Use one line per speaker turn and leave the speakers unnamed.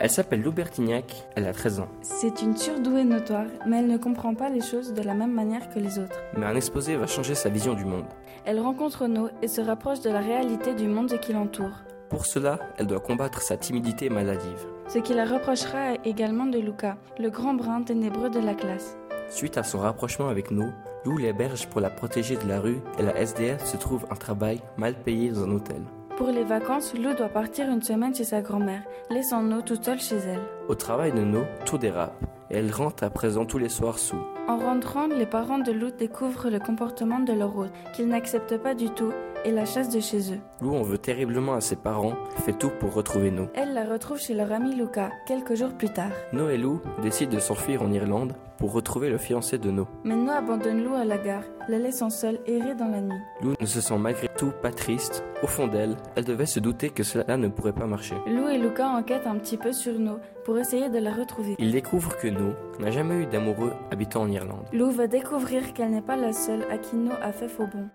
Elle s'appelle Lou Bertignac, elle a 13 ans.
C'est une surdouée notoire, mais elle ne comprend pas les choses de la même manière que les autres.
Mais un exposé va changer sa vision du monde.
Elle rencontre Renaud et se rapproche de la réalité du monde qui l'entoure.
Pour cela, elle doit combattre sa timidité maladive.
Ce qui la reprochera également de Luca, le grand brun ténébreux de la classe.
Suite à son rapprochement avec nous, Lou l'héberge pour la protéger de la rue et la SDF se trouve un travail mal payé dans un hôtel.
Pour les vacances, Lou doit partir une semaine chez sa grand-mère, laissant No toute seule chez elle.
Au travail de No, tout dérape et elle rentre à présent tous les soirs sous.
En rentrant, les parents de Lou découvrent le comportement de leur hôte, qu'ils n'acceptent pas du tout et la chassent de chez eux.
Lou en veut terriblement à ses parents, fait tout pour retrouver No.
Elle la retrouve chez leur ami Luca, quelques jours plus tard.
No et Lou décident de s'enfuir en Irlande pour retrouver le fiancé de No.
Mais No abandonne Lou à la gare, la laissant seule errer dans la nuit.
Lou ne se sent malgré tout pas triste. Au fond d'elle, elle devait se douter que cela ne pourrait pas marcher.
Lou et Luca enquêtent un petit peu sur No pour essayer de la retrouver.
Ils découvrent que No n'a jamais eu d'amoureux habitant en Irlande.
Lou va découvrir qu'elle n'est pas la seule à qui No a fait faux bon.